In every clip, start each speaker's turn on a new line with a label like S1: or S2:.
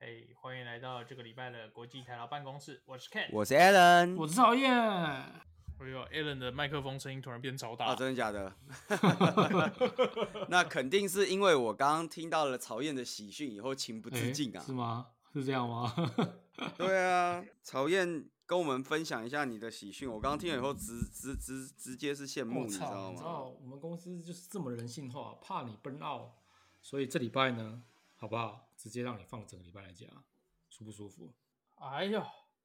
S1: 哎、欢迎来到这个礼拜的国际台劳办公室，我是 Ken。
S2: 我是 Alan。
S3: 我是讨厌，
S1: 哎呦 a l a n 的麦克风声音突然变超大，
S2: 啊，真的假的？ 那肯定是因为我刚刚听到了曹燕的喜讯以后，情不自
S3: 哎
S2: 禁啊
S3: 是。吗？是这 样吗？
S2: 对啊，曹燕跟我们分享一下你的喜讯，我刚刚听了以后直直直直接是羡慕，
S3: 我
S2: 你知
S3: 操！
S2: 道
S3: 你知
S2: 吗？
S3: 道我们公司就是这么人性化，怕你崩傲，所以这礼拜呢，好不好？直接让你放整个礼拜来讲，舒不舒服？
S1: 哎呦，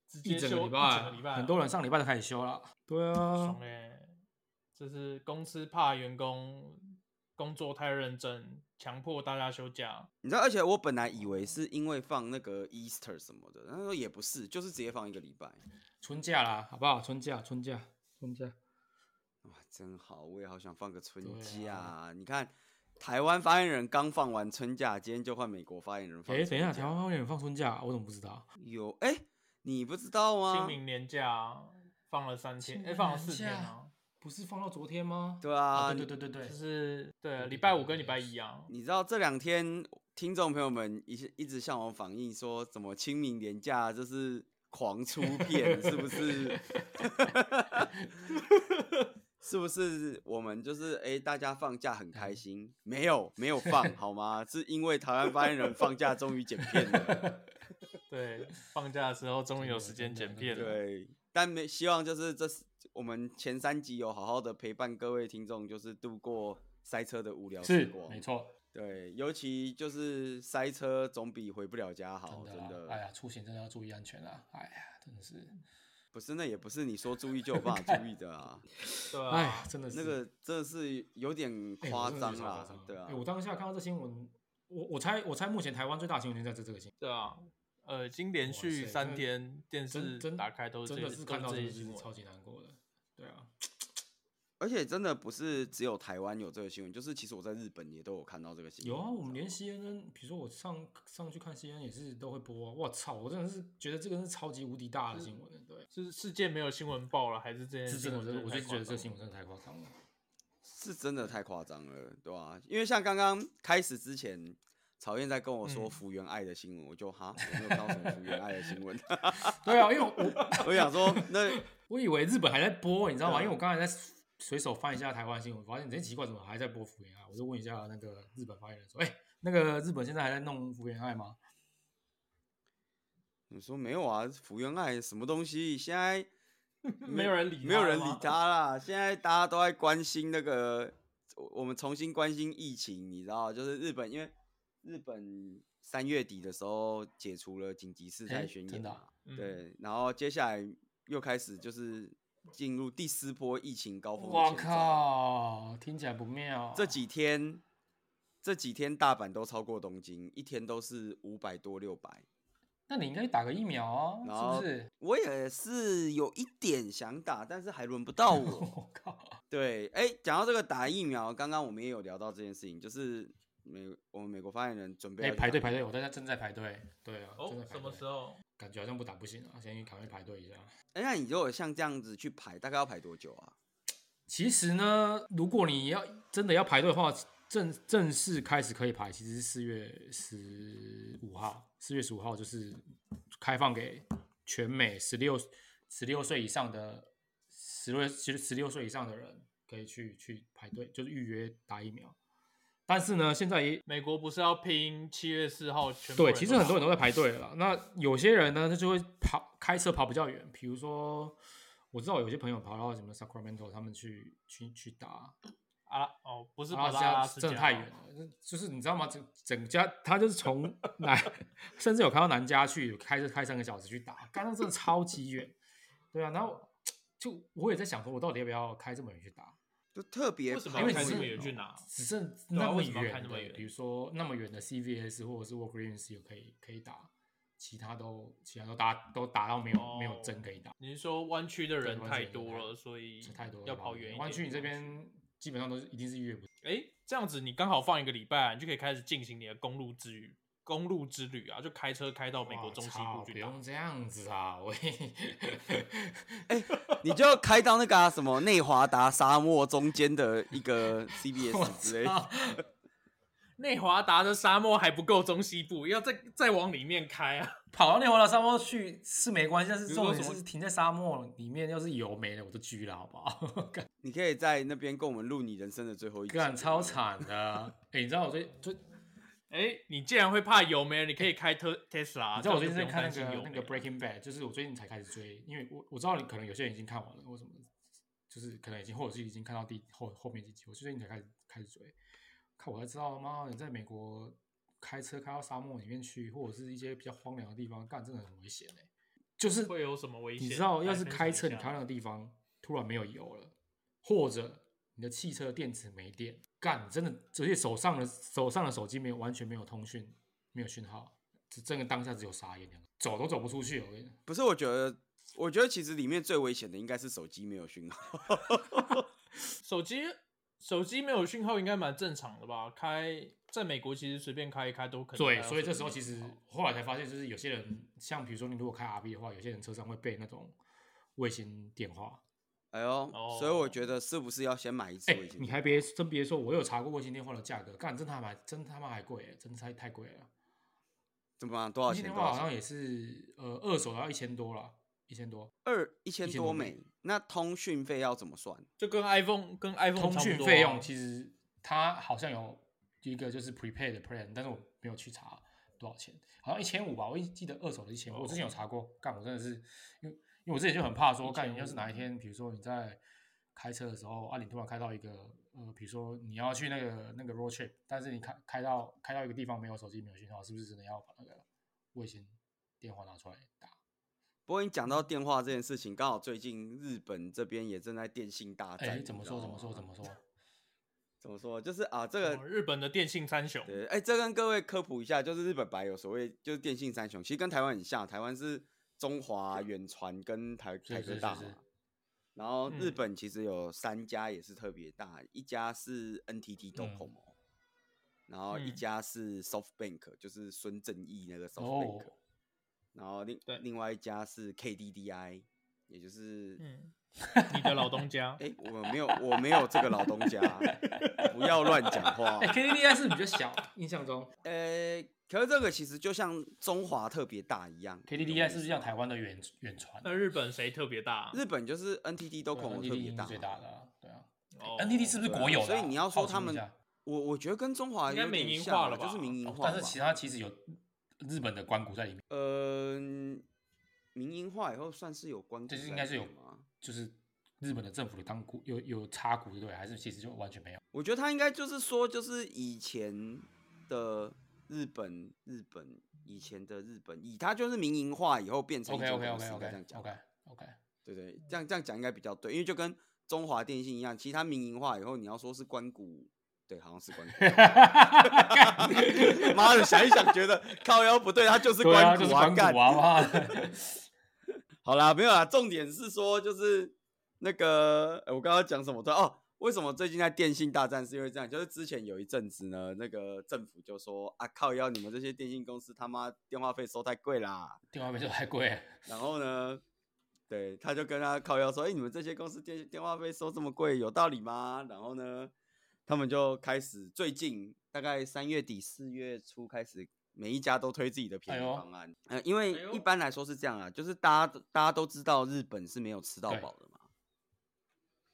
S1: 直接
S3: 一整
S1: 休
S3: 个礼
S1: 一整个礼拜啊
S3: 很多人上礼拜就开始休了。对啊
S1: 爽，哎、这是公司怕员工工作太认真，强迫大家休假。
S2: 你知道，而且我本来以为是因为放那个 Easter 什么的，他说也不是，就是直接放一个礼拜。
S3: 春假啦，好不好？春假，春假，春假。
S2: 哇，真好，我也好想放个春
S3: 对
S2: 假。
S3: 啊
S2: 你看，台湾发言人刚放完春假，今天就换美国发言人放
S3: 哎、
S2: 春假。
S3: 等一下，台湾方面有放春假，啊我怎么不知道？
S2: 有哎、你不知道吗？
S1: 清明年假放了三天，
S3: 清
S1: 哎、
S3: 明
S1: 放了四天
S3: 年假
S1: 啊，
S3: 不是放到昨天吗？
S2: 对啊，
S3: 对对对对对，
S1: 就是对啊，
S3: 对
S1: 礼拜五
S3: 对
S1: 跟礼
S3: 对
S1: 拜一啊，
S2: 你知道这两天听众朋友们一些一直向我反映说，怎么清明年假就是狂出片，是不是？ 是不是我们就是哎、大家放假很
S3: 嗯
S2: 开心？没有，没有放好吗？ 是因为台湾发言人放假终于剪片了，
S1: 对，放假的时候终于有时间剪片了。
S2: 对。但没希望就是这是我们前三集有好好的陪伴各位听众，就是度过塞车的无聊时
S3: 是
S2: 光。
S3: 没错，
S2: 对，尤其就是塞车总比回不了家好，哦真
S3: 真的
S2: 的。
S3: 啦。哎呀，出行真的要注意安全啊！哎呀，真的是，
S2: 不是，那也不是你说注意就有 办法注意的啊，
S1: 对啊
S3: 哎呀，，真的是
S2: 那个真的是有点
S3: 哎
S2: 夸
S3: 我真的
S2: 张
S3: 觉得超
S2: 啦
S3: 夸张，
S2: 对啊
S3: 哎，我当下看到这新闻，我我猜我猜目前台湾最大新闻就在这这个新闻，
S1: 对啊，呃，已经连
S3: 哇
S1: 续
S3: 塞
S1: 三
S3: 真
S1: 天电视
S3: 真真
S1: 打开都是这
S3: 真的
S1: 些
S3: 是
S1: 都
S3: 看
S1: 是
S3: 到
S1: 这
S3: 这
S1: 些
S3: 个是
S1: 新闻。
S3: 超级难过的，对啊，
S2: 而且真的不是只有台湾有这个新闻，就是其实我在日本也都有看到这个新闻。
S3: 有啊，
S2: 你
S3: 我们
S2: 知道
S3: 连
S2: 吗
S3: CNN，比如说我上上去看 CNN 也是都会播啊，我操，我真的是觉得这个是超级无敌大的新闻，对，
S1: 是世界没有新闻报了，还是这件
S3: 是
S1: 新
S3: 真的
S1: 闻
S3: 真
S1: 真
S3: 的，
S1: 的
S3: 我
S1: 太
S3: 就觉
S1: 夸
S3: 得这
S1: 张
S3: 个新闻真的太夸张了，
S2: 是真的太夸张了，对吧、因为像刚刚开始之前，曹燕在跟我说
S1: 嗯
S2: 福原爱的新闻，我就哈，我没有看到什么福原爱的新闻，
S3: 对啊，因为我
S2: 我想说那
S3: 我以为日本还在播，你知道
S2: 对
S3: 吗？
S2: 啊
S3: 因为我刚才在随手翻一下台湾的新闻，发现哎这奇怪，怎么还在播福原爱？我就问一下那个日本发言人说，哎，那个日本现在还在弄福原爱吗？
S2: 你说没有啊，福原爱什么东西？现在
S1: 没有人理
S2: 没有
S1: 他
S2: 人
S1: 了
S2: 理
S1: 吗
S2: 他啦。现在大家都在关心那个，我我们重新关心疫情，你知道，就是日本，因为日本三月底的时候解除了紧急事态
S3: 诶
S2: 宣言
S3: 真的
S2: 嘛，
S3: 啊
S1: 嗯
S2: 对，然后接下来又开始就是进入第四波疫情高峰。
S3: 我！靠，听起来不妙。
S2: 这几天这几天大阪都超过东京，一天都是五百多六百。
S3: 那你应该打个疫苗啊，
S2: 然后
S3: 是不是？
S2: 我也是有一点想打，但是还轮不到我。
S3: 我靠，
S2: 对，哎、讲到这个打疫苗，刚刚我们也有聊到这件事情，就是美我们美国发言人准备
S3: 哎、
S2: 要去
S3: 排队
S2: 打
S3: 排队，我大家正在排队，对啊，正
S1: 哦
S3: 在，排
S1: 什么时
S3: 队，
S1: 候？
S3: 感觉好像不打不行啊，先去赶快排队一下。
S2: 哎、那你如果像这样子去排，大概要排多久啊？
S3: 其实呢，如果你要真的要排队的话，正正式开始可以排，其实是四月十五号，四月十五号就是开放给全美十六十六岁以上的十六十十六岁以上的人可以去去排队，就是预约打疫苗。但是呢，现在也
S1: 美国不是要拼七月四号全部
S3: 对，
S1: 人
S3: 其
S1: 都
S3: 实很
S1: 打
S3: 多人都在排队了啦。那有些人呢，他就会跑开车跑比较远，比如说我知道有些朋友跑到什么 Sacramento，他们去去去打，
S1: 阿拉哦，不是
S3: 阿
S1: 跑
S3: 拉
S1: 到
S3: 斯
S1: 阿
S3: 加
S1: 拉斯
S3: 真的
S1: 加哦
S3: 太远了，就是你知道吗？整整家他就是从南，甚至有开到南加去，开车开三个小时去打，干到真的超级远。对啊，然后就我也在想说，我到底要不要开这么远去打？
S2: 就特别
S1: 为什么
S2: 排哦
S1: 要
S3: 因为
S1: 开
S3: 只
S1: 这
S3: 是
S1: 么远去拿？
S3: 只剩
S1: 对啊
S3: 那么
S1: 为什么要开那
S3: 远的，
S1: 么远
S3: 比如说那么远的 CVS 或者是 Walgreens 有可以可以打，其他都其他都打都打到没
S1: 哦
S3: 有、没有针可以打，
S1: 你是说湾区的人
S3: 对湾
S1: 太
S3: 区人
S1: 多
S3: 太
S1: 了，所以
S3: 这太多了。
S1: 要跑远一点？
S3: 湾区你这，边基本上都是一定是越不
S1: 哎，这样子你刚好放一个礼拜啊，你就可以开始进行你的公路之旅，公路之旅啊，就开车开到美国
S3: 哇
S1: 中西
S3: 操
S1: 部
S3: 不
S1: 去打。
S3: 用这样子啊，我
S2: 你就开到那个、啊、什么内华达沙漠中间的一个
S3: 我
S2: CBS 之类的，
S3: 操
S1: 内华达的沙漠还不够中西部，要再再往里面开啊！
S3: 跑到内华达沙漠去是没关系，但是
S1: 比如
S3: 重
S1: 说
S3: 点
S1: 什么
S3: 是停在沙漠里面，要是油没了我就狙了，好不好？ 干
S2: 你可以在那边跟我们录你人生的最后一集。
S3: 干超惨 的。哎、你知道我最最
S1: 哎、你既然会怕油没了，你可以开特 Tesla。
S3: 你知道我最近
S1: 啊这样就
S3: 在
S1: 不
S3: 看
S1: 用
S3: 那
S1: 担心
S3: 个
S1: 油
S3: 那
S1: 没
S3: 个
S1: 了
S3: Breaking Bad，就是我最近才开始追，因为我我知道你可能有些人已经看完了，或什么，就是可能已经或者是已经看到第后后面几集，我最近才开始开始追，看我才知道，妈，你在美国开车开到沙漠里面去，或者是一些比较荒凉的地方，干真的很危险哎、就是
S1: 会有什么危险？
S3: 你知道，要
S1: 来
S3: 是
S1: 分
S3: 开
S1: 享
S3: 车
S1: 一
S3: 你
S1: 下
S3: 开那个地方突然没有油了，或者你的汽车电池没电，干你真的，而且手上的手上的手机没有完全没有通讯，没有讯号，这这个当下只有傻眼，走都走不出去。我跟你讲，
S2: 不是，我觉得，我觉得其实里面最危险的应该是手机没有讯号。
S1: 手机手机没有讯号应该蛮正常的吧？开在美国其实随便开一开都可能开
S3: 对，
S1: 到手机没有讯号。
S3: 所以这时候其实后来才发现，就是有些人，像比如说你如果开 RV 的话，有些人车上会备那种卫星电话。
S2: 哎呦，所以我
S1: 哦
S2: 觉得是不是要先买一次
S3: 哎、
S2: 卫星？
S3: 你还别真别说，我有查过卫星电话的价格，干真他妈真他妈还贵欸，真太太贵了。
S2: 怎么样？多少
S3: 一千
S2: 钱？
S3: 电
S2: 多
S3: 话
S2: 少
S3: 好像
S2: 钱？
S3: 也是呃二手的要一千多啦，一千多。
S2: 二一千
S3: 一千
S2: 多
S3: 多
S2: 美
S3: 美。
S2: 那通讯费要怎么算？
S1: 就跟 iPhone 跟 iPhone
S3: 通
S1: 差不
S3: 讯
S1: 多
S3: 费
S1: 啊
S3: 用其实它好像有一个就是 prepaid 的 plan，但是我没有去查多少钱，好像一千五吧，我一记得二手的一千五，我之前有查过。干，我真的是因为因为我之前就很怕说，干，要是哪一天，比如说你在开车的时候，啊，你突然开到一个呃，比如说你要去那个那个 road trip，但是你开开到开到一个地方没有手机没有信号，是不是真的要把那个卫星电话拿出来打？
S2: 不过你讲到电话这件事情，刚好最近日本这边也正在电信大
S3: 哎、
S2: 战。
S3: 怎
S2: 你
S3: 么
S2: 知
S3: 说？
S2: 道
S3: 怎么说？
S2: 吗
S3: 怎么说？
S2: 怎么说？就是啊，这
S1: 哦
S2: 个
S1: 日本的电信三雄，
S2: 对，哎、这跟各位科普一下，就是日本白有所谓就是电信三雄，其实跟台湾很像，台湾是中华远传跟台台
S3: 是
S2: 科
S3: 是
S2: 大
S3: 是是
S2: 嘛。然后日
S1: 嗯
S2: 本其实有三家也是特别大，一家是 NTT
S3: 嗯
S2: DoCoMo，、然后一
S1: 嗯
S2: 家是 SoftBank，就是孙正义那个 SoftBank，、
S3: 哦，
S2: 然后另
S1: 对
S2: 另外一家是 KDDI，也就是
S1: 嗯，你的老东家
S2: 哎、我没有我没有这个老东 家，不要乱讲话
S3: 哎、。k d d i 是比较小，印象 中
S2: 呃、可是这个其实就像中华特别大一样
S3: KDDI 是不是像台湾的远远传？啊
S1: 那日本谁特别大？啊
S2: 日本就是 NTT 都恐龙特别
S3: NTT
S2: 大
S3: 是
S2: 嘛，
S3: 最大的啊，对啊。
S1: 哦
S3: NTT 是不是
S2: 对啊
S3: 国有的啊？
S2: 所以你要说
S3: 好奇
S2: 他
S3: 问
S2: 们
S3: 一下
S2: 我我觉得跟中华
S1: 应该
S2: 有点
S1: 民营
S2: 像
S1: 化
S2: 啊
S1: 了
S2: 就是
S1: 吧
S2: 民营
S3: 哦
S2: 化吧，
S3: 但是其他其实有日本的关谷在里面，
S2: 嗯，民营化以后算是有关，
S3: 就是应该是有
S2: 吗？
S3: 就是日本的政府的当股有有插股对不对，还是其实就完全没有？
S2: 我觉得他应该就是说，就是以前的日本，日本以前的日本，以他就是民营化以后变成一
S3: OK
S2: 间
S3: OK
S2: 公
S3: OK
S2: 司，应
S3: OK
S2: 该这样讲
S3: OK OK，
S2: 对对，这样这样讲应该比较对，因为就跟中华电信一样，其实它民营化以后，你要说是关谷，对，好像是关谷。 妈的，想一想，觉得靠腰不对，它就是
S3: 对
S2: 关
S3: 啊，就
S2: 谷
S3: 是关
S2: 干
S3: 谷。啊，妈的，
S2: 好啦，没有啦，重点是说就是那个，呃我刚刚讲什么的哦？为什么最近在电信大战是因为这样？就是之前有一阵子呢，那个政府就说啊靠腰，你们这些电信公司他妈电话费收太贵啦，
S3: 电话费就太贵。
S2: 然后呢，对，他就跟他靠腰说：“哎、你们这些公司电电话费收这么贵，有道理吗？”然后呢，他们就开始最近大概三月底四月初开始，每一家都推自己的便宜
S3: 哎呦
S2: 方案。呃，因为
S1: 哎呦
S2: 一般来说是这样啊，就是大家都大家都知道日本是没有吃到
S3: 对
S2: 饱的嘛，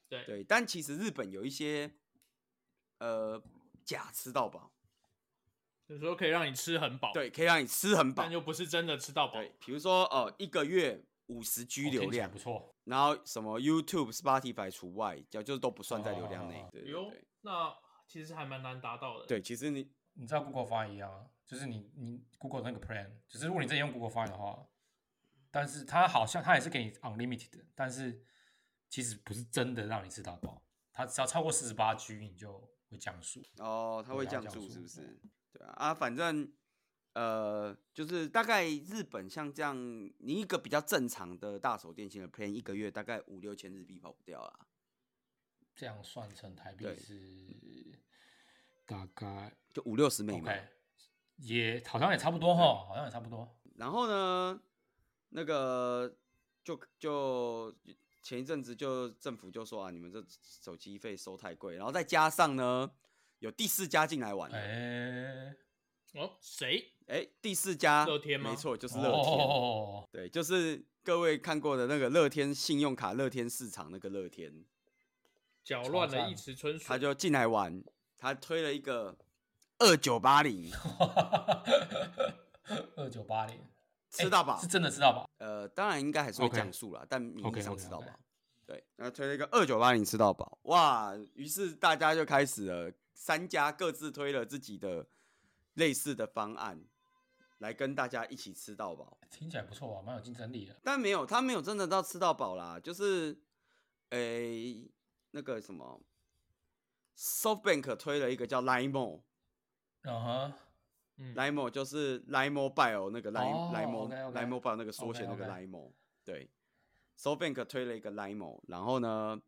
S1: 对
S2: 对，但其实日本有一些呃假吃到饱，
S1: 有时候可以让你吃很
S3: 哦
S1: 饱，，
S2: 对，可以让你吃很饱
S1: 但，又不是真的吃到饱。
S2: 对，比如说哦、呃一个月五十 G
S3: 哦
S2: 流
S3: 听起来
S2: 量
S3: 不。错，
S2: 然后什么 YouTube、Spotify 除外，就就是都不算在流量内。
S3: 哦
S2: 对
S1: 哎
S2: 对
S1: 呦
S2: 对，，
S1: 那其实还蛮难达到的。
S2: 对，其实你
S3: 你知道 Google 方案一样啊，就是你你 Google 的那个 plan，就是如果你真的用 Google 方案的话，但是它好像它也是给你 unlimited，的但是其实不是真的让你吃到饱，它只要超过四十八 G 你就会降速。
S2: 哦，它
S3: 对啊
S2: 会
S3: 它
S2: 降
S3: 降
S2: 速
S3: 速
S2: 是不
S3: 对
S2: 是？对啊，啊，反正呃，就是大概日本像这样，你一个比较正常的大手电信的 plan 一个月大概五六千日币跑不掉啦。
S3: 这样算成台币
S2: 对
S3: 是大概
S2: 就五六十美嘛。
S3: OK，也好像也差不多哈，好像也差不多。
S2: 然后呢，那个就就前一阵子就政府就说啊，你们这手机费收太贵，然后再加上呢，有第四家进来玩了，
S3: 哎、
S2: 哎、
S1: 哦，谁？
S2: 第四家
S1: 乐天吗
S2: 没错，就是乐天。
S3: 哦，
S2: 对，就是各位看过的那个乐天信用卡乐天市场那个乐天，
S1: 搅乱
S3: 超
S1: 了
S3: 赞
S1: 一池春水。
S2: 他就进来玩，他推了一个二九八零，
S3: 二九八零哎
S2: 吃到饱
S3: 是。真的知道吧？
S2: 呃，当然应该还是会
S3: OK
S2: 讲述啦但名义
S3: OK，OK，
S2: 上吃到
S3: OK
S2: 饱。对，然后推了一个二九八零吃到饱，哇！于是大家就开始了，三家各自推了自己的类似的方案，来跟大家一起吃到饱。
S3: 听起来不错啊，蛮有竞争力的。
S2: 但没有，他没有真的到吃到饱啦，就是，诶、那个什么，SoftBank 推了一个叫 Limo，Limo
S3: 嗯哼，
S1: 嗯，
S2: 就是 Limo Bio 那个 Limo、
S3: 哦
S2: Limo
S3: ，OK，OK
S2: Limo Bio 那个缩写那个
S3: OK，OK
S2: Limo，对，SoftBank 推了一个 Limo，然后呢，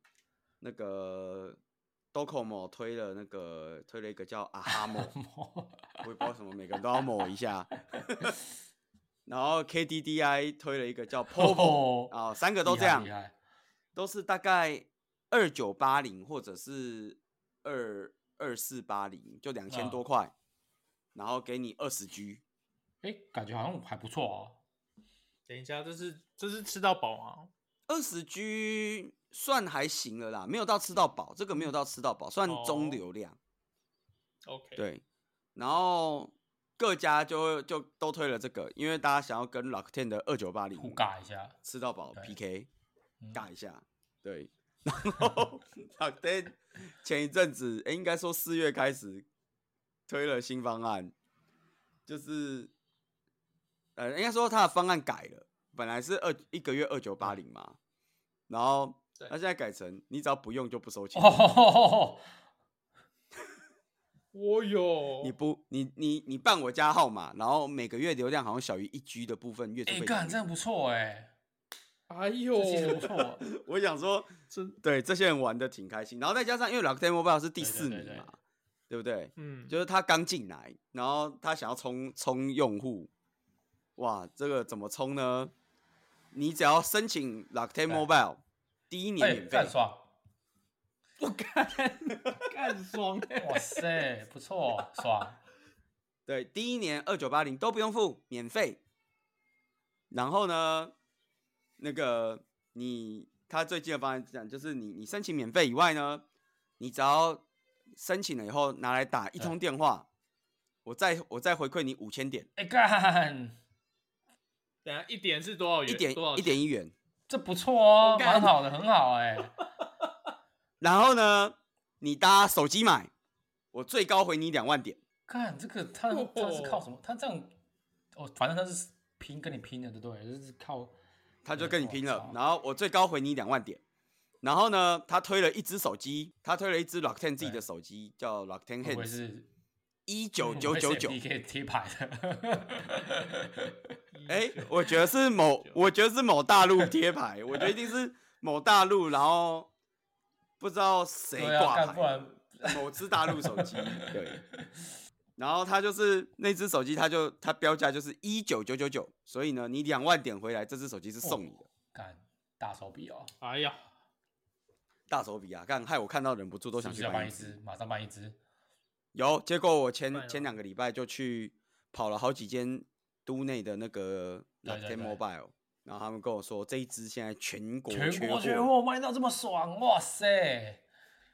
S2: 那个 Docomo 推了那个推了一个叫 Ahamo，我也不知道为什么，每个人都要抹一下。 然后 KDDI 推了一个叫 Povo，
S3: 哦
S2: 啊、三个都这样
S3: 厉，害，
S2: 都是大概二九八零或者是二二四八零，就两千
S3: 嗯
S2: 多块，然后给你二十 G。
S3: 哎、诶感觉好像还不错哦。
S1: 等一下，这是这是吃到饱啊！
S2: 二十 G 算还行了啦，没有到吃到饱，这个没有到吃到饱，算中
S1: 哦
S2: 流量。
S1: OK，，
S2: 对，然后各家就就都推了这个，因为大家想要跟 Rakuten 的二九八零
S3: 互尬一下，
S2: 吃到饱
S3: 对
S2: PK
S3: 嗯
S2: 尬一下，对。然后 Rakuten 前一阵子，诶应该说四月开始推了新方案，就是呃，应该说他的方案改了，本来是二一个月二九八零嘛，然后
S1: 对
S2: 他现在改成你只要不用就不收钱。
S3: 哦，
S1: 我有
S2: 你不，你你你办我家号码，然后每个月流量好像小于一 G 的部分月租
S3: 哎、
S2: 费给
S3: 干，
S2: 你
S3: 这样不错哎、
S1: 哎
S3: 这
S1: 呦，
S3: 其实不
S2: 啊
S3: 错，
S2: 我想 说，
S1: 真
S2: 对这些人玩的挺开心，然后再加上因为 Rakuten Mobile 是第
S3: 对对
S2: 四
S3: 对
S2: 名
S3: 对
S2: 嘛，对不对？
S1: 嗯，
S2: 就是他刚进来，然后他想要冲冲用户，哇，这个怎么冲呢？你只要申请 Rakuten
S3: 对
S2: Mobile 第一年
S3: 哎、
S2: 免费
S3: 干，爽，
S1: 不干干爽欸
S3: 哇塞，不错，爽，
S2: 对，第一年二九八零都不用付，免费。然后呢，那个你他最近的方案是这样，就是你你申请免费以外呢，你只要申请了以后拿来打一
S3: 对
S2: 通电话，我再我再回馈你五千点，
S3: 哎、干，
S1: 等一下一点是多少元？
S2: 一点
S1: 多少
S2: 一
S1: 钱
S2: 点一元。
S3: 这不错哦，
S1: 干
S3: 蛮好的，很好哎、
S2: 然后呢，你搭手机买，我最高回你两万点。
S3: 看这个他
S1: 哦
S3: 他是靠什么？他这样哦，反正他是拼跟你拼的，对不对？就是靠
S2: 他就
S3: 对
S2: 跟你
S3: 哇
S2: 拼了
S3: 嗯操，
S2: 然后我最高回你两万点。然后呢，他推了一只手机，他推了一只 Rakuten 自己的
S3: 对
S2: 手机，叫 Rakuten
S3: 会不会
S2: Hands，
S3: 是
S2: 一九九九 九。
S3: 可以贴牌的？
S2: 哎，我觉得是某，我觉得是某大陆贴牌， 我觉得一定是某大陆，然后不知道谁
S3: 对啊，
S2: 挂
S3: 干不
S2: 牌
S3: 然
S2: 的，某只大陆手 机。对，然后他就是那只手机，他就他标价就是一九九九九，所以呢，你两万点回来，这只手机是送
S3: 哦
S2: 你的。
S3: 干大手笔哦，
S1: 哎呀，
S2: 大手笔啊！干害我看到忍不住都
S3: 我
S2: 想去
S3: 要
S2: 买
S3: 办
S2: 一
S3: 一
S2: 只。
S3: 只，马上办一只。
S2: 有，结果我前
S1: 卖了
S2: 前两个礼拜就去跑了好几间都内的那个
S3: 对对
S2: Rakuten
S3: 对
S2: Mobile，然后他们跟我说这一支现在全国
S3: 全
S2: 缺
S3: 国缺货卖到这么爽，哇塞！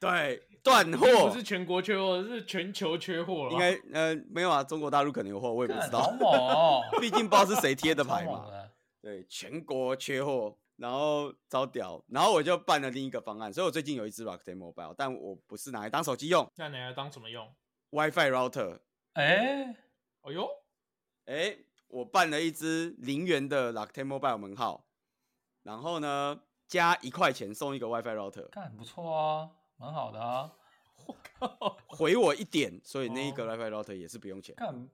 S2: 对，断
S1: 不
S2: 货
S1: 是，全国缺货，是全球缺货了。
S2: 应该呃没有啊，中国大陆可能有货，我也不知
S3: 干好
S2: 道，
S3: 猛 哦，
S2: 毕竟不知道是谁贴的
S3: 超
S2: 牌
S3: 猛
S2: 嘛。
S3: 的，
S2: 对，全国缺货，然后超屌，然后我就办了另一个方案，所以我最近有一支 Rakuten Mobile，但我不是拿来当手机用
S1: 那你要当什么用？
S2: ，WiFi router，
S3: 哎，
S1: 哎呦，
S2: 哎、我办了一支零元的 Rakuten Mobile 门号，然后呢加一块钱送一个 WiFi router，
S3: 干不错啊，蛮好的啊，
S2: 回我一点，所以那一
S1: 哦
S2: 个 WiFi router 也是不用钱，
S3: 干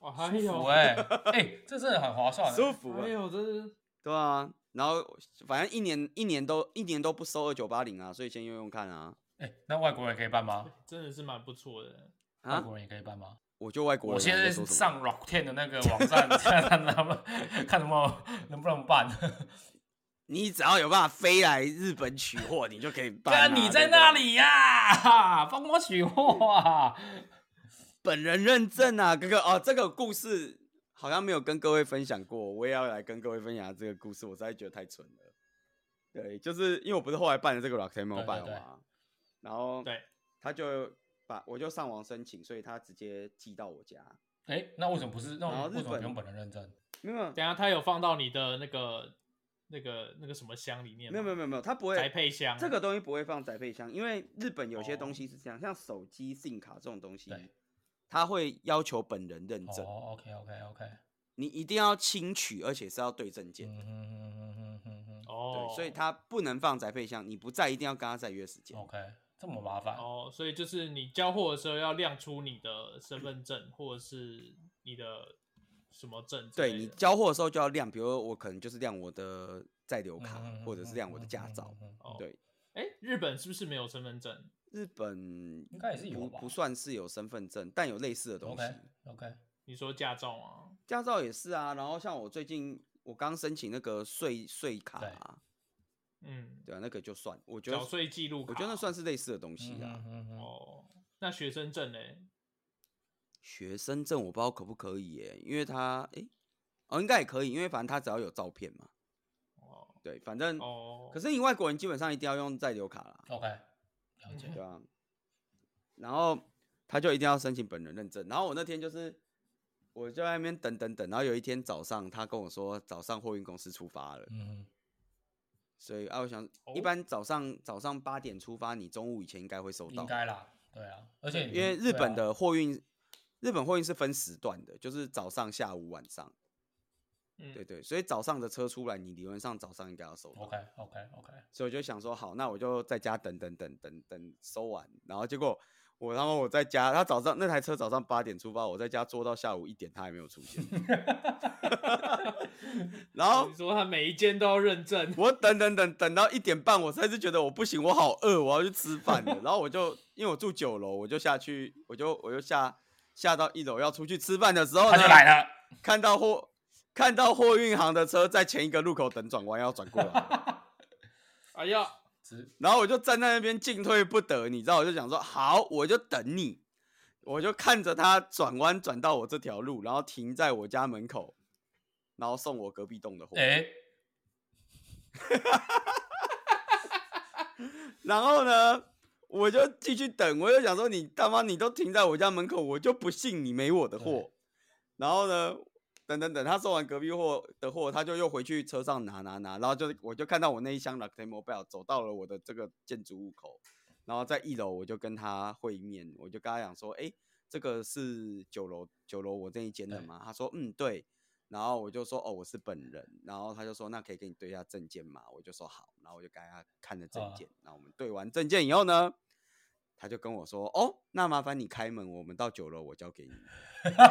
S1: 哎
S3: 舒
S1: 呦
S3: 服，哎哎，这真的很 划算，
S2: 舒服、
S1: 哎
S2: 啊，
S1: 呦，这是
S2: 对啊。然后反正一年一年都一年都不收二九八零啊，所以先用用看啊
S3: 哎，那外国人可以办吗？
S1: 真的是蛮不错的。
S3: 外
S2: 啊！
S3: 国人也可以办吗？
S2: 我就外国人啊，
S3: 哦我现在
S2: 你说什么
S3: 上 Rock Ten 的那个网站，看他们看能不能能不能办。
S2: 你只要有办法飞来日本取货，你就可以办、
S3: 但
S2: 啊。
S3: 你
S2: 对
S3: 在
S2: 不对
S3: 那里呀、帮我取货啊！
S2: 本人认证啊，哥哥哦，这个故事好像没有跟各位分享过，我也要来跟各位分享这个故事，我实在觉得太蠢了。对，就是因为我不是后来办了这个 Rock Demo
S1: 对
S2: 办
S1: 对
S2: 嘛，然后
S1: 对，
S2: 他就把我就上网申请，所以他直接寄到我家。
S3: 哎、那为什么不是？那
S2: 然后
S3: 我为
S2: 日
S3: 什么
S2: 本
S3: 不用本人认证？
S2: 没有
S1: 等一下他有放到你的那个那个那个什么箱里面
S2: 没有没有没
S1: 有
S2: 有没有，他不
S1: 宅
S2: 会
S1: 配箱
S2: 这个东西不会放宅配箱，因为日本有些
S1: 哦
S2: 东西是这样，像手机、SIM 卡这种东西
S3: 对，
S2: 他会要求本人认证，
S3: 哦，OK OK OK，
S2: 你一定要清取，而且是要对证件。
S3: 嗯哼哼哼哼哼哼
S1: 哦，
S2: 对，所以他不能放宅配箱，你不在一定要跟他再约时间。
S3: ，OK，这么麻烦，
S1: 哦，所以就是你交货的时候要亮出你的身份证或者是你的什么证之类
S2: 对
S1: 的，
S2: 你交货的时候就要亮，比如说我可能就是亮我的在留
S3: 嗯
S2: 卡，
S3: 哼
S2: 或者是亮我的
S3: 哼
S2: 驾
S3: 哼嗯
S2: 照
S3: 哼。哼
S1: 哦
S2: 对，
S1: 哎、日本是不是没有身份证？
S2: 日本
S3: 应该也是有
S2: 不
S3: 吧
S2: 不算是有身份证，但有类似的东西，
S3: OK OK，
S1: 你说驾照吗？
S2: 驾照也是啊。然后像我最近我刚申请那个税税卡
S3: 对
S2: 啊，
S1: 嗯，
S2: 对啊，那个就算，我觉得
S1: 缴税记录卡，
S2: 我觉得那算是类似
S3: 嗯
S2: 的东西啊。
S3: 啊，
S1: 哦。那学生证嘞？
S2: 学生证我不知道可不可以耶，因为他诶、哦应该也可以，因为反正他只要有照片嘛。
S1: 哦
S2: 对，反正
S1: 哦，
S2: 嗯可是你外国人基本上一定要用在留卡啦，
S3: OK，了解
S1: 嗯，
S2: 对啊？然后他就一定要申请本人认证。然后我那天就是我就在那边等等等，然后有一天早上他跟我说早上货运公司出发了，
S3: 嗯哼，
S2: 所以啊，我想一
S1: 哦
S2: 般早上早上八点出发，你中午以前应该会收
S3: 应
S2: 到，
S3: 该啦，对啊，而且你
S2: 因为
S3: 们
S2: 日
S3: 对啊
S2: 本的货运。日本货运是分时段的，就是早上、下午、晚上，
S1: 嗯
S2: 对对，所以早上的车出来，你理论上早上应该要收到。
S3: OK OK OK，
S2: 所以我就想说，好，那我就在家等等等等等收完，然后结果我，然后我在家，他早上那台车早上八点出发，我在家坐到下午一点，他还没有出现。然后
S1: 你说他每一间都要认证，
S2: 我等等等等到一点半，我才是觉得我不行，我好饿，我要去吃饭了。然后我就因为我住九楼，我就下去，我就我就下下到一楼要出去吃饭的时候
S3: 他
S2: 呢，
S3: 就来了，
S2: 看到货看到货运行的车在前一个路口等转弯要转过来了。
S1: 哎呀，
S3: 直
S2: 然后我就站在那边进退不得，你知道，我就想说好，我就等你，我就看着他转弯转到我这条路，然后停在我家门口，然后送我隔壁栋的货，
S3: 哎，
S2: 然后呢，我就继续等，我就想说你他妈你都停在我家门口，我就不信你没我的货
S3: 对，
S2: 然后呢。等等等，他送完隔壁货的货，他就又回去车上拿拿拿，然后就我就看到我那一箱 Lacte Mobile 走到了我的这个建筑物口，然后在一楼我就跟他会面，我就跟他讲说，哎、这个是九楼九楼我这一间的
S3: 对
S2: 吗？他说，嗯，对。然后我就说，哦，我是本人。然后他就说，那可以给你对一下证件吗？我就说好。然后我就给他看了证
S3: 啊
S2: 件。然后我们对完证件以后呢，他就跟我说，哦，那麻烦你开门，我们到九楼我交给你。
S1: 哦
S3: 干，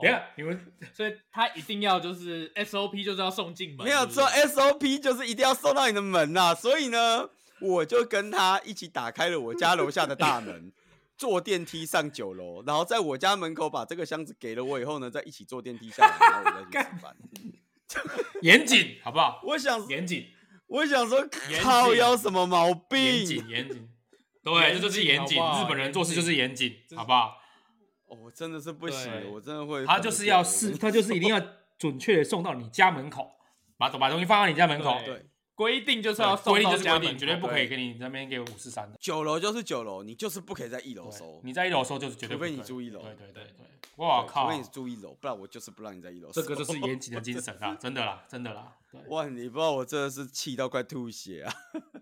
S3: 等一下你们
S1: 所以他一定要就是 SOP 就是要送进门，
S2: 没有
S1: 是不是
S2: 错，SOP 就是一定要送到你的门呐、所以呢，我就跟他一起打开了我家楼下的大 门，坐电梯上九楼，然后在我家门口把这个箱子给了我以后呢，再一起坐电梯下来，然后我再去吃 饭。
S3: 严谨好不好？
S2: 我想，
S3: 严谨，
S2: 我想说，
S1: 谨
S2: 靠腰什么毛
S3: 严
S2: 病？
S3: 谨，严谨，对，这就是严谨。
S1: 好不好
S3: 日本人做事就是严谨，好不好？
S2: 哦，我真的是不行了，
S1: 对
S2: 我真的会。
S3: 他就是要是，，他就是一定要准确的送到你家门口，把把东西放到你家门口。
S1: 对
S2: 对，
S1: 规定就是要
S3: 对
S1: 送
S3: 规定
S1: 到
S3: 就是
S1: 家
S3: 规
S1: 门
S3: 定，
S1: 口
S3: 绝对不可以
S2: 对
S3: 给你那边给我五四三的。
S2: 九楼就是九楼，你就是不可以在一楼
S3: 对
S2: 收。
S3: 你在一楼收就是绝
S2: 除
S3: 对不可
S2: 非
S3: 以，
S2: 你住一楼
S3: 对对对对，哇
S2: 对
S3: 靠
S2: 除非，你住一楼，不然我就是不让你在一楼收。
S3: 这个就是严谨的精神啊，真的啦，真的啦。对，
S2: 哇，你不知道我真的是气到快吐血啊！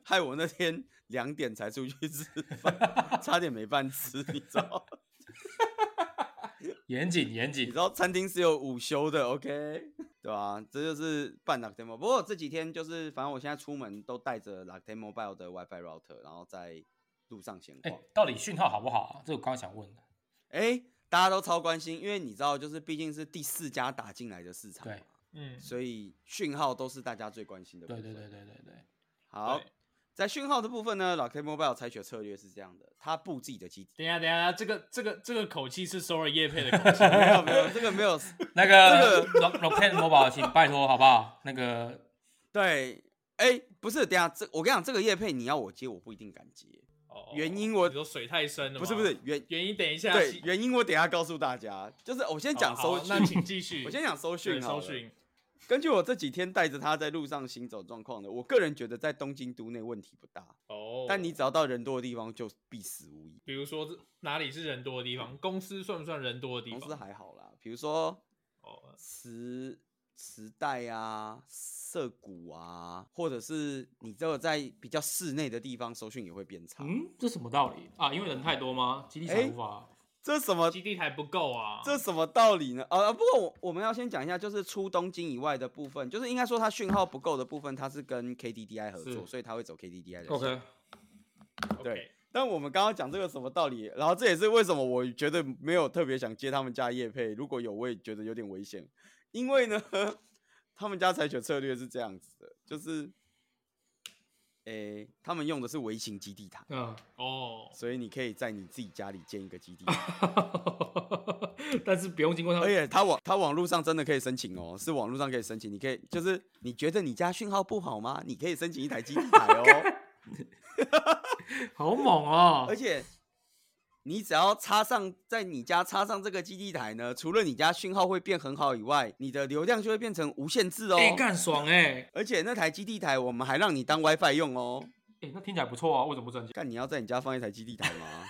S2: 害我那天两点才出去吃饭，差点没饭吃，你知道？
S3: 严谨严
S2: 你
S3: 谨
S2: 知，道餐厅是有午休的，OK？对啊，这就是办 Lactemo。不过这几天就是，反正我现在出门都带着 Lactemo Mobile 的 WiFi router，然后在路上闲
S3: 哎
S2: 逛。，
S3: 到底讯号好不好啊？这个我刚刚想问的。
S2: 哎、大家都超关心，因为你知道，就是毕竟是第四家打进来的市场嘛，
S3: 对
S1: 嗯，
S2: 所以讯号都是大家最关心的部
S3: 对
S2: 分。
S3: 对对对对对，
S2: 好
S1: 对，
S2: 在讯号的部分呢，Rocket Mobile 采取的策略是这样的，它布自己的基地。
S1: 等一下，等一下，这个这个这个口气是首尔叶配的口气，
S2: 没有没有，这个 没有，
S3: 那个 Rock Rocket Mobile，请拜托好不好？那个
S2: 对，哎、不是，等一下这我跟你讲，这个叶配你要我接，我不一定敢接。
S1: 哦
S2: 原因我
S1: 你说水太深了，
S2: 不是不是，，原
S1: 原因等一下，
S2: 对
S1: 细
S2: 原因我等一下告诉大家，就是我先讲
S1: 好
S2: 搜
S1: 好
S2: 讯，
S1: 那请继续，
S2: 我先讲搜
S1: 对
S2: 讯好
S1: 搜
S2: 了。
S1: 寻，
S2: 根据我这几天带着它在路上行走状况呢，我个人觉得在东京都内问题不大，
S1: 哦，
S2: 但你只要到人多的地方就必死无疑。
S1: 比如说这哪里是人多的地方，公司算不算人多的地
S2: 公
S1: 方？
S2: 司还好啦，比如说
S1: 哦，
S2: 时时代啊、涩谷啊，或者是你只有在比较室内的地方，搜讯也会变差。
S3: 嗯，这什么道理啊？因为人太多吗？基地才
S2: 哎
S3: 无法。
S2: 这什么
S1: 基地还不够啊，
S2: 这什么道理呢？啊，不过我我们要先讲一下，就是出东京以外的部分，就是应该说它讯号不够的部分，它是跟 KDDI 合作，
S3: 是
S2: 所以它会走 KDDI 的线。
S3: OK，
S2: 对但我们刚刚讲这个什么道理，然后这也是为什么我觉得没有特别想接他们家业配，如果有我也觉得有点危险，因为呢， 他们家采取的策略是这样子的，就是，诶、他们用的是微型基地台，
S3: 嗯，
S1: 哦，
S2: 所以你可以在你自己家里建一个基地台，
S3: 但是不用经过他
S2: 而
S3: 们。
S2: 且它网它网络上真的可以申请哦，是网络上可以申请，你可以就是你觉得你家讯号不好吗？你可以申请一台基地台哦，
S3: 好猛哦！
S2: 而且你只要插上在你家插上这个基地台呢，除了你家讯号会变很好以外，你的流量就会变成无限制哦。
S3: 哎，干爽哎、
S2: 而且那台基地台我们还让你当 WiFi 用哦。
S3: 哎、那听起来不错啊，为什么不赚钱？
S2: 干，你要在你家放一台基地台吗？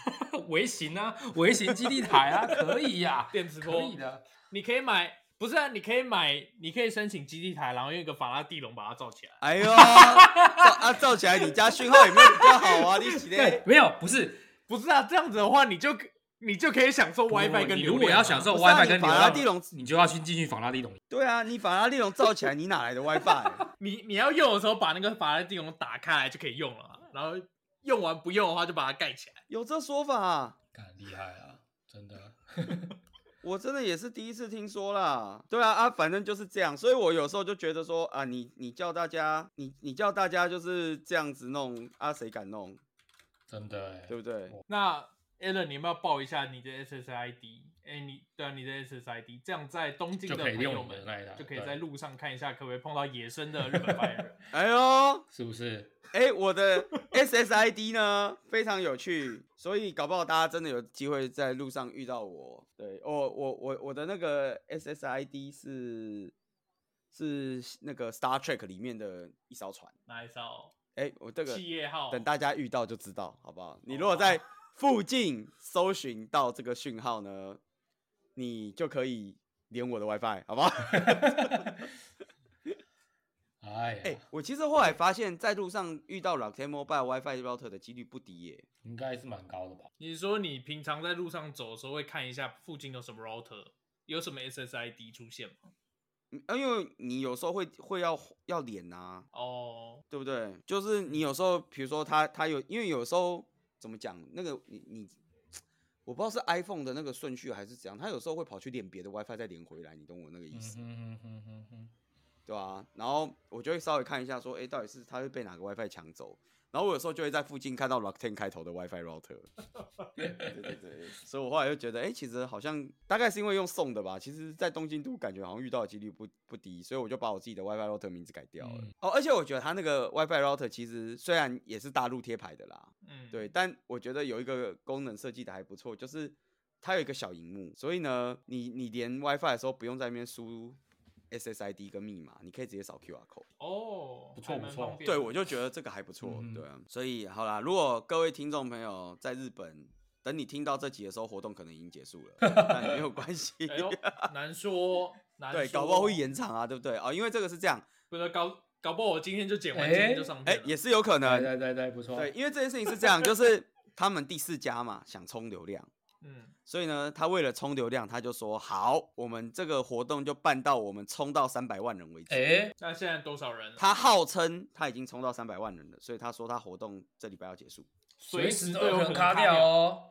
S3: 微型啊，微型基地台啊，可以呀、
S1: 电磁波
S3: 可以的。
S1: 你可以买，不是啊？你可以买，你可以申请基地台，然后用一个法拉第笼把它罩起来。
S2: 哎呦，造啊造起来，你家讯号有没有比较好啊？你起
S3: 对
S2: 嘞，，
S3: 没有，不是
S1: 不是啊，这样子的话，你就你就可以享受
S3: 不
S1: WiFi 跟
S3: 你
S1: 流
S3: 如果
S1: 量啊
S3: 要享受
S2: 不是啊
S3: WiFi
S2: 你
S3: 跟流
S2: 法拉第
S3: 量
S2: 笼，
S3: 你就要去进去法拉利笼。
S2: 对啊，你把它利用造起来，你哪来的 WiFi？
S1: 你你要用的时候把那个法拉第笼打开来就可以用了啊，然后用完不用的话就把它盖起来。
S2: 有这说法、啊？
S3: 干厉害啊，真的。
S2: 我真的也是第一次听说啦。对啊啊，反正就是这样，所以我有时候就觉得说啊，你你叫大家，你你叫大家就是这样子弄啊，谁敢弄，
S3: 真的哎、
S2: 对不对？
S1: 那 Alan，你要不要报一下你的 SSID？哎、你对啊，你的 SSID，这样在东京的
S3: 欸就可以
S1: 朋
S3: 利用
S1: 友
S3: 我们的
S1: 们
S3: 那一台
S1: 就可以
S3: 对
S1: 在路上看一下，可不可以碰到野生的日本白 人？
S2: 哎呦，
S3: 是不是？
S2: 哎，我的 SSID 呢非常有趣，所以搞不好大家真的有机会在路上遇到我。对，我我我我的那个 SSID 是是那个 Star Trek 里面的一艘船。
S1: 哪一艘？
S2: 哎，我这个
S1: 企业号？
S2: 等大家遇到就知道，好不好？你如果在附近搜寻到这个讯号呢，你就可以连我的 WiFi，好不好？
S3: 哎呀，
S2: 哎、我其实后来发现，在路上遇到 Rocket Mobile WiFi router 的几率不低耶。
S3: 应该是蛮高的吧？
S1: 你说你平常在路上走的时候会看一下附近有什么 router，有什么 SSID 出现吗？
S2: 嗯啊因为你有时候会会要要脸呐、
S1: 哦，
S2: 对不对？就是你有时候，比如说他他有，因为有时候怎么讲，那个你你，我不知道是 iPhone 的那个顺序还是怎样，他有时候会跑去连别的 WiFi 再连回来，你懂我那个意
S3: 嗯
S2: 思？
S3: 哼哼哼哼哼，
S2: 对啊，然后我就会稍微看一下说，哎、到底是他会被哪个 WiFi 抢走？然后我有时候就会在附近看到 Rockten 开头的 WiFi router。对对对，所以我后来就觉得，哎、其实好像大概是因为用送的吧。其实，在东京都感觉好像遇到的几率不不低，所以我就把我自己的 WiFi router 名字改掉了。
S3: 嗯
S2: 哦，而且我觉得他那个 WiFi router 其实虽然也是大陆贴牌的啦，
S1: 嗯，
S2: 对，但我觉得有一个功能设计的还不错，就是它有一个小荧幕，所以呢，你你连 WiFi 的时候不用在那边输 SSID 跟密码，你可以直接扫 QR code。
S1: 哦，
S3: 不错
S1: 还蛮
S3: 不错
S1: 方便
S2: 对，我就觉得这个还不错，
S3: 嗯哼
S2: 对啊。所以好啦，如果各位听众朋友在日本，等你听到这集的时候，活动可能已经结束了，但没有关系。
S1: 哎呦，难说，难说，
S2: 对，搞不好会，延长啊，对不对？哦，因为这个是这样，
S1: 不是搞，搞不好我今天就剪完，
S3: 哎
S1: 今天就上
S2: 哎、
S1: 片了，
S2: 也是有可
S3: 对
S2: 能。
S3: 对对对，不错。
S2: 对，因为这件事情是这样，就是他们第四家嘛，想冲流量，
S1: 嗯，
S2: 所以呢，他为了冲流量，他就说好，我们这个活动就办到我们冲到三百万人为止。
S3: 哎、
S1: 那现在多少人？
S2: 他号称他已经冲到三百万人了，所以他说他活动这礼拜要结束。
S1: 随时
S3: 时
S1: 都有
S3: 可
S1: 能
S3: 卡
S1: 卡
S3: 掉
S1: 掉。
S3: 哦。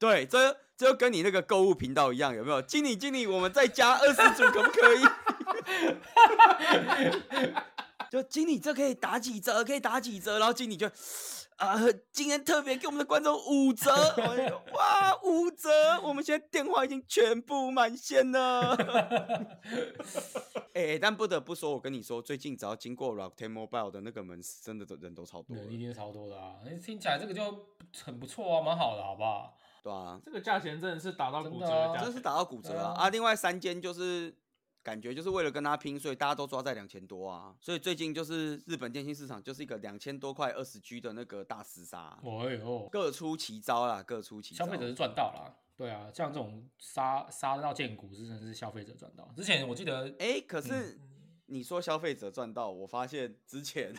S2: 对，这这就跟你那个购物频道一样，有没有？经理，经理，我们再加二十组可不可以？ 就经理这可以打几折，可以打几折，然后经理就啊、今天特别给我们的观众五折，我就说哇，五折，我们现在电话已经全部满线了。 哎、但不得不说，我跟你说，最近只要经过 Rockten Mobile 的那个门市，真的都人都超多
S3: 对，
S2: 了，
S3: 一定是超多的啊！哎听起来这个就很不错啊，蛮好的，好不 好？
S2: 对啊，
S1: 这个价钱真的是打到
S3: 真
S1: 骨
S3: 的
S1: 折的
S3: 啊
S1: 价
S2: 真的
S1: 钱
S2: 哦是。打到骨折啊！
S3: 对啊
S2: 啊，另外三间就是感觉就是为了跟他拼，所以大家都抓在两千多啊。所以最近就是日本电信市场就是一个两千多块二十 G 的那个大厮杀啊、
S3: 哎呦，
S2: 各出奇招啦，各出奇招。
S3: 消费者是赚到了。对啊，像这种杀杀到见骨，是真的是消费者赚到。之前我记得，
S2: 哎、可是
S3: 嗯
S2: 你说消费者赚到，我发现之前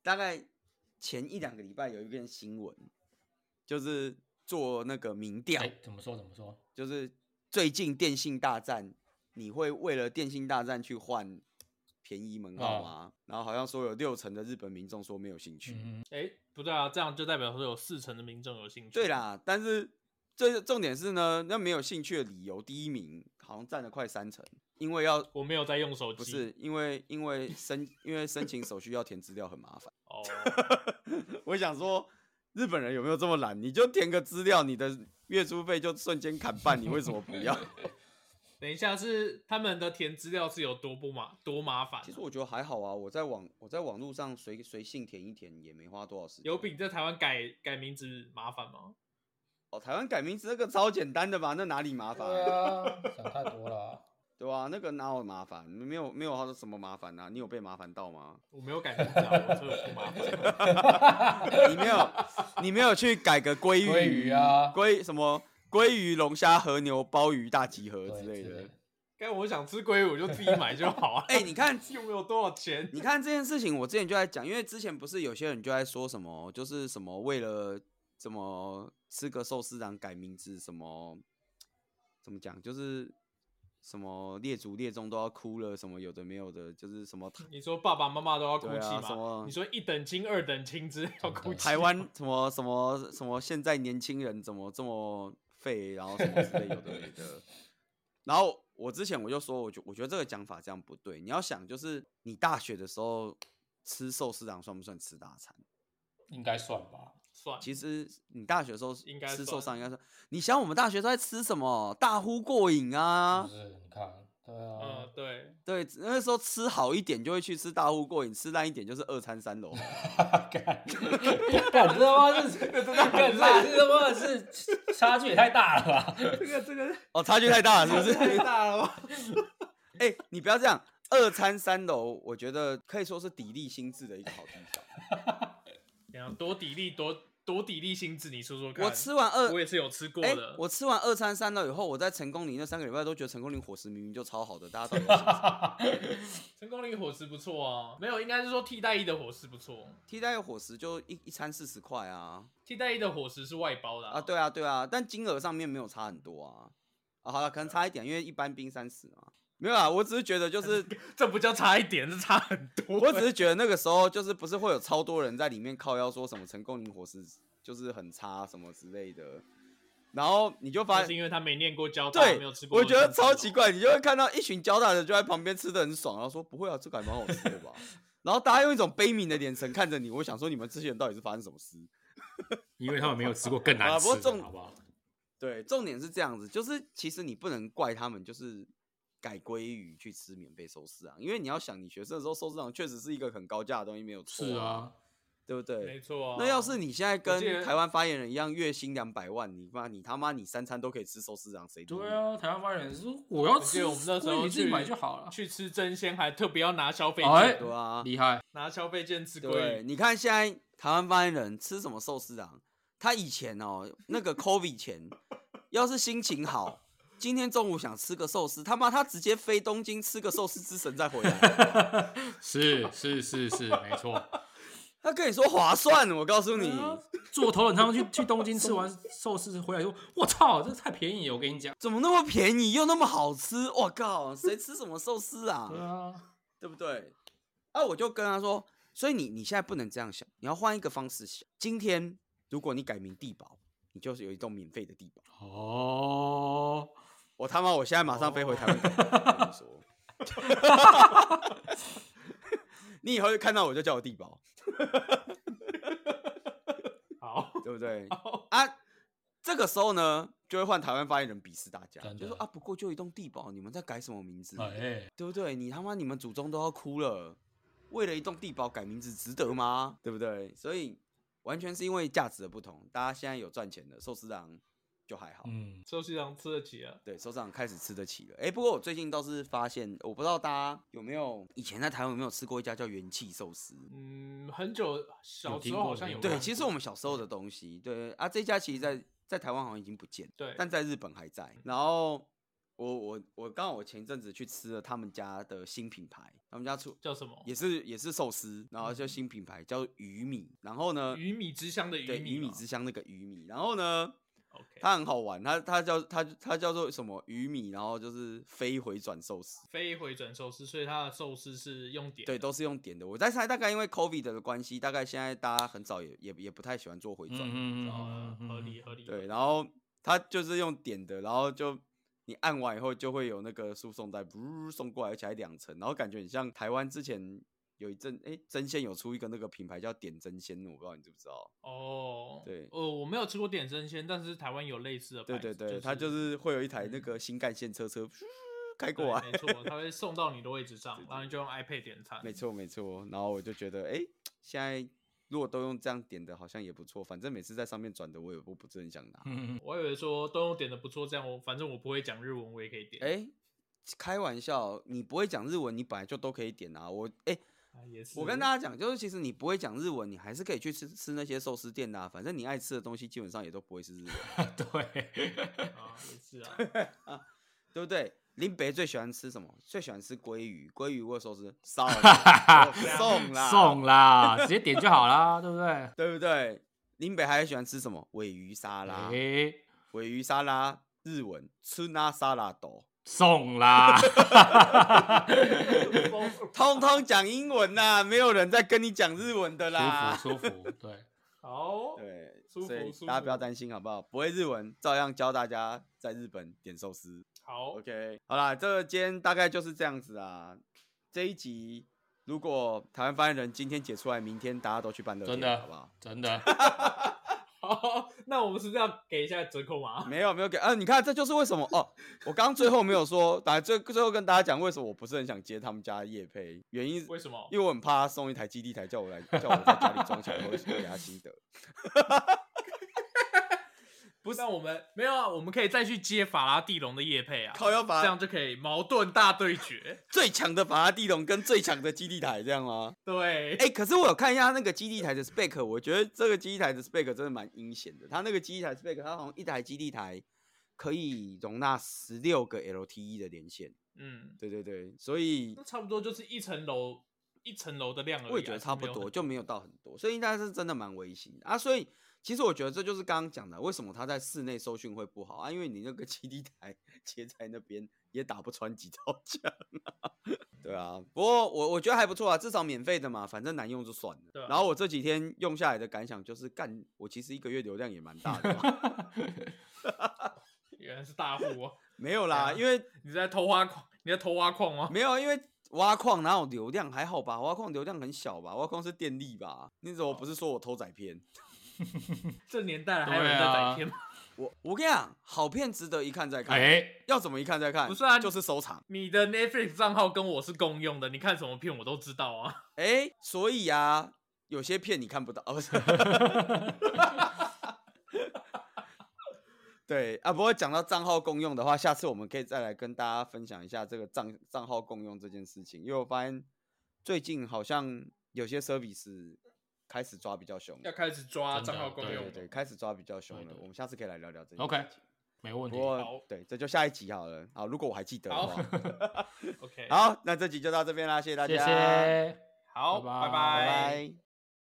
S2: 大概前一两个礼拜有一篇新闻，就是做那个民调，
S3: 哎，怎么说怎么说？
S2: 就是最近电信大战，你会为了电信大战去换便宜门号
S3: 啊
S2: 吗？然后好像说有六成的日本民众说没有兴趣。
S3: 嗯，
S1: 哎、不对啊，这样就代表说有四成的民众有兴趣。
S2: 对，啦，但是最重点是呢，那没有兴趣的理由，第一名好像占了快三成，因为要
S1: 我没有在用手机。
S2: 不是因为因为申因为申请手续要填资料很麻烦。
S1: 哦，
S2: 我想说，日本人有没有这么懒？你就填个资料，你的月租费就瞬间砍半，你为什么不要？
S1: 等一下是他们的填资料是有多不麻多麻烦啊、
S2: 其实我觉得还好啊，我在网我在网络上随随性填一填，也没花多少时间。
S1: 有比在台湾改改名字麻烦吗？
S2: 哦，台湾改名字那个超简单的吧？那哪里麻烦？
S3: 对啊， 想太多了。
S2: 对吧、那个哪有麻烦？没有没有他说什么麻烦啊？你有被麻烦到 吗？
S1: 我没有改名字啊，我所以我不麻烦。
S2: 你没有，你没有去改个鲑鱼
S3: 鲑鱼啊
S2: 鲑什么鲑鱼、龙虾、和牛、鲍鱼大集合
S3: 对啊
S2: 之类的。。
S1: 该我想吃鲑鱼，我就自己买就好啊。
S2: 哎、你看
S1: 又没有多少钱。
S2: 你看这件事情，我之前就在讲，因为之前不是有些人就在说什么，就是什么为了什么吃个寿司郎改名字，什么怎么讲，就是什么列祖列宗都要哭了，什么有的没有的，就是什 么台
S1: 你说爸爸妈妈都要哭
S2: 对
S1: 泣
S2: 啊什
S1: 吗？
S2: 么嗯
S1: 你说一等亲、二等亲之类要哭泣，
S2: 台湾什么什么什么现在年轻人怎么这么废，然后什么之类有的没的。然后我之前我就说，我觉我觉得这个讲法这样不对。你要想，就是你大学的时候吃寿司郎算不算吃大餐？
S3: 应该算吧。
S1: 算
S2: 其实你大学的时候
S1: 应该
S2: 吃寿
S1: 算
S2: 司郎应该说，你想我们大学都在吃什么？大呼过瘾啊
S3: 就！是你看，对啊
S1: 嗯，， 对，
S2: 对，那时候吃好一点就会去吃大呼过瘾，吃烂一点就是二餐三楼。啊
S3: 干，干这他妈是，呃这他妈是差距也太大了吧？
S1: 这个这个
S2: 哦，差距太大了，是不
S1: 太
S2: 是？
S1: 大了吧？
S2: 哎、你不要这样，二餐三楼，我觉得可以说是砥砺心智的一个好地方。
S1: 怎样多砥砺多多砥砺心智？你说说看。
S2: 我吃，完二，
S1: 我也是有吃过
S2: 哎、
S1: 的。
S2: 我吃完二餐三楼以后，我在成功岭那三个礼拜都觉得成功岭伙食明明就超好的，大家到底在想 什么
S1: 成功岭伙食不错啊，没有，应该是说替代一的伙食不错。
S2: 替代伙食就一一餐四十块啊。
S1: 替代一的伙食是外包的
S2: 啊，对啊，对啊，但金额上面没有差很多啊。啊，好了，可能差一点，因为一般冰三十嘛。没有啊，我只是觉 得就是，
S1: 这不叫差一点，这差很多。
S2: 我只是觉得那个时候就是不是会有超多人在里面靠腰说什么成功灵伙食就是很差什么之类的，然后你就发
S1: 就是因为他没念过交大，
S2: 对
S1: 没有吃，过
S2: 我觉
S1: 肉粽子哦。
S2: 得超奇怪，你就会看到一群交大的就在旁边吃的很爽，然后说不会啊，这个还蛮好吃的吧， 然后大家用一种悲悯的眼神看着你，我想说你们这些人到底是发生什么事？
S3: 因为他们没有吃过更
S2: 好啦
S3: 难
S2: 不过
S3: 吃
S2: 重
S3: 的，啊好不好？
S2: 对，重点是这样子，就是其实你不能怪他们，就是改鲑鱼去吃免费寿司啊，因为你要想，你学生的时候寿司郎确实是一个很高价的东西，没有错、
S3: 是
S2: 啊，
S3: 啊，
S2: 对不
S1: 没
S2: 对？
S1: 错啊。
S2: 那要是你现在跟
S1: 记得
S2: 台湾发言人一样，月薪两百万，你妈你他妈你三餐都可以吃寿司郎，谁理
S3: 对
S2: 你？
S3: 啊，台湾发言人说我要
S1: 我记
S3: 吃，
S1: 得我们那时
S3: 鲑
S1: 候
S3: 鱼
S1: 去
S3: 自己买就好了。
S1: 去吃真鲜还特别要拿消费
S3: 哎
S1: 券，
S2: 对啊，
S3: 厉害，
S1: 拿消费券吃
S2: 对，
S1: 龟。
S2: 你看现在台湾发言人吃什么寿司郎？他以前哦，那个 COVID 前，要是心情好，今天中午想吃个寿司，他妈他直接飞东京吃个寿司之神再回来。
S3: 是是是是，没错。
S2: 他跟你说划算，我告诉你，
S3: 啊坐头等舱去去东京吃完寿司回来说，我操，这太便宜了！我跟你讲，
S2: 怎么那么便宜又那么好吃？我靠，谁吃什么寿司啊？
S3: 对啊，
S2: 对不对？啊，我就跟他说，所以你你现在不能这样想，你要换一个方式想。今天如果你改名地堡，你就是有一栋免费的地堡。
S3: 哦，
S2: 我他妈，我现在马上飞回台湾。我跟你说， 你以后看到我就叫我地保，
S1: 好，
S2: 对不对？
S3: 哦
S2: 啊，这个时候呢，就会换台湾发言人鄙视大家，
S3: 真的
S2: 就说啊，不过就一栋地堡，你们在改什么名字？
S3: 哎，
S2: 对不对？你他妈你们祖宗都要哭了，为了一栋地堡改名字值得吗？对不对？所以完全是因为价值的不同，大家现在有赚钱的寿司郎就还好，
S3: 嗯，
S1: 寿司郎吃得起啊，
S2: 对，手掌开始吃得起了。哎，不过我最近倒是发现，我不知道大家有没有以前在台湾有没有吃过一家叫元气寿司？
S1: 嗯，很久小
S3: 有
S1: 时
S3: 听
S1: 候好
S3: 过
S1: 像
S3: 没
S1: 有
S3: 有
S1: 看
S2: 对，
S1: 过，
S2: 其实我们小时候的东西，对啊，这家其实在在台湾好像已经不见了，
S1: 对，
S2: 但在日本还在。然后我我我刚好我前一阵子去吃了他们家的新品牌，他们家出
S1: 叫什么？
S2: 也是也是寿司，然后就新品牌叫鱼米，然后呢，
S1: 嗯鱼米之乡的
S2: 对
S1: 鱼米哦
S2: 鱼米
S1: 嘛
S2: 之乡那个鱼米，然后呢，
S1: ，OK，
S2: 它很好玩，它它叫它它叫做什么鱼米，然后就是飞回转寿司。
S1: 非回转寿司，所以它的寿司是用点
S2: 对，
S1: 的
S2: 都是用点的。我在猜，大概因为 COVID 的关系，大概现在大家很少也也也不太喜欢做回
S3: 嗯
S2: 转。
S3: 嗯
S1: 哦
S3: 嗯，嗯
S1: 合理。合理，
S2: 对，，然后它就是用点的，然后就你按完以后就会有那个输送带噗送过来，而且还两层，然后感觉很像台湾之前有一阵哎针线有出一个那个品牌叫点针鲜，我不知道你知不知道？
S1: 哦，
S2: 对
S1: 呃，我没有吃过点生鲜，但是台湾有类似的牌
S2: 对
S1: 子，
S2: 对对，
S1: 是、
S2: 它就是会有一台那
S1: 嗯
S2: 个新干线车车噗开
S1: 对
S2: 过来，
S1: 没错，它会送到你的位置 上，然后你就用 iPad 点餐，
S2: 没错没错，然后我就觉得，哎、现在如果都用这样点的，好像也不错。反正每次在上面转的，我也不不是很想拿。
S3: 嗯，
S1: 我以为说都用点的不错，这样我反正我不会讲日文，我也可以点。
S2: 哎、开玩笑，你不会讲日文，你本来就都可以点啊。我哎、
S1: 啊也是。
S2: 我跟大家讲，就是其实你不会讲日文，你还是可以去吃吃那些寿司店的、啊，反正你爱吃的东西基本上也都不会是日文，
S3: 对，
S1: 啊，也是啊，
S2: 对不对？林北最喜欢吃什么？最喜欢吃鲑鱼，鲑鱼或寿司，烧 我送啦，
S3: 送啦，直接点就好啦，对不对？
S2: 对不对？林北还喜欢吃什么？尾鱼沙拉。
S3: 哎，
S2: 尾鱼沙拉，日文吃那沙拉豆，
S3: 送啦，
S2: 通通讲英文呐、没有人在跟你讲日文的啦。
S3: 舒服舒服，对，
S1: 好，
S2: 对，
S1: 舒服
S2: 所以
S1: 舒服
S2: 大家不要担心，好不好？不会日文，照样教大家在日本点寿司。
S1: 好，
S2: OK，好啦，这个今天大概就是这样子啊。这一集如果台湾发言人今天解出来，明天大家都去办乐天，
S3: 真的
S2: 好不好？
S3: 真的，
S1: 好，那我们是不是要给一下折扣码？
S2: 没有没有给啊，你看这就是为什么哦。我刚刚最后没有说，打最最后跟大家讲为什么我不是很想接他们家的夜配，原因
S1: 为什么？
S2: 因为我很怕他送一台基地台叫我来，叫我在家里装起来，我会给他心得。
S1: 不是，那我们没有啊，我们可以再去接法拉第龙的叶配啊，
S2: 靠腰法
S1: 这样就可以矛盾大对 决。
S2: 最强的法拉第龙跟最强的基地台这样吗？
S1: 对，
S2: 哎、可是我有看一下那个基地台的 spec，我觉得这个基地台的 spec 真的蛮阴险的。它那个基地台 spec，它好像一台基地台可以容纳十六个 LTE 的连线。
S1: 嗯，
S2: 对对对，所以
S1: 那差不多就是一层楼一层楼的量而已啊、
S2: 我也觉得差不
S1: 是没有
S2: 多，
S1: 很
S2: 就没有到很多，所以应该是真的蛮危险的啊。所以其实我觉得这就是刚刚讲的，为什么它在室内搜讯会不好啊？因为你那个基地台 接在那边也打不穿几道墙、啊。 对啊，不过我我觉得还不错啊，至少免费的嘛，反正难用就算了。
S1: 对啊
S2: 然后我这几天用下来的感想就是，干，我其实一个月流量也蛮大的嘛，
S1: 原来是大户、哦，
S2: 没有
S1: 对啊
S2: 啦，因为
S1: 你在偷挖矿？你在偷挖矿哦吗？
S2: 没有啊，因为挖矿哪有流量还好吧，挖矿流量很小吧，挖矿是电力吧？你怎么不是说我偷载片？
S1: 这年代了还有人在
S2: 啊
S1: 宰天吗？
S2: 我我跟你讲，好片值得一看再看。
S3: 哎，
S2: 要怎么一看再看？
S1: 不是啊
S2: 就是收藏。
S1: 你的 Netflix 账号跟我是共用的，你看什么片我都知道啊。
S2: 哎、所以啊，有些片你看不到， 哦、不是。对啊，不过讲到账号共用的话，下次我们可以再来跟大家分享一下这个账账号共用这件事情，因为我发现最近好像有些 service 开始抓比较凶，
S1: 要开始抓
S3: 真的
S1: 账号共
S2: 对
S1: 用
S2: 对
S1: 了，
S2: 对，开始抓比较凶
S3: 对
S2: 了。
S3: 对
S2: 我们下次可以来聊聊这件事情。
S3: OK 没问
S2: 不
S3: 题，
S1: 好
S2: 过对，这就下一集好了。好，如果我还记得的
S1: 好
S2: 话。
S1: OK，
S2: 好，那这集就到这边啦，谢谢大
S3: 谢
S2: 家，
S3: 谢。
S1: 好，
S3: 拜
S2: 拜
S3: 拜
S1: 拜
S2: 拜。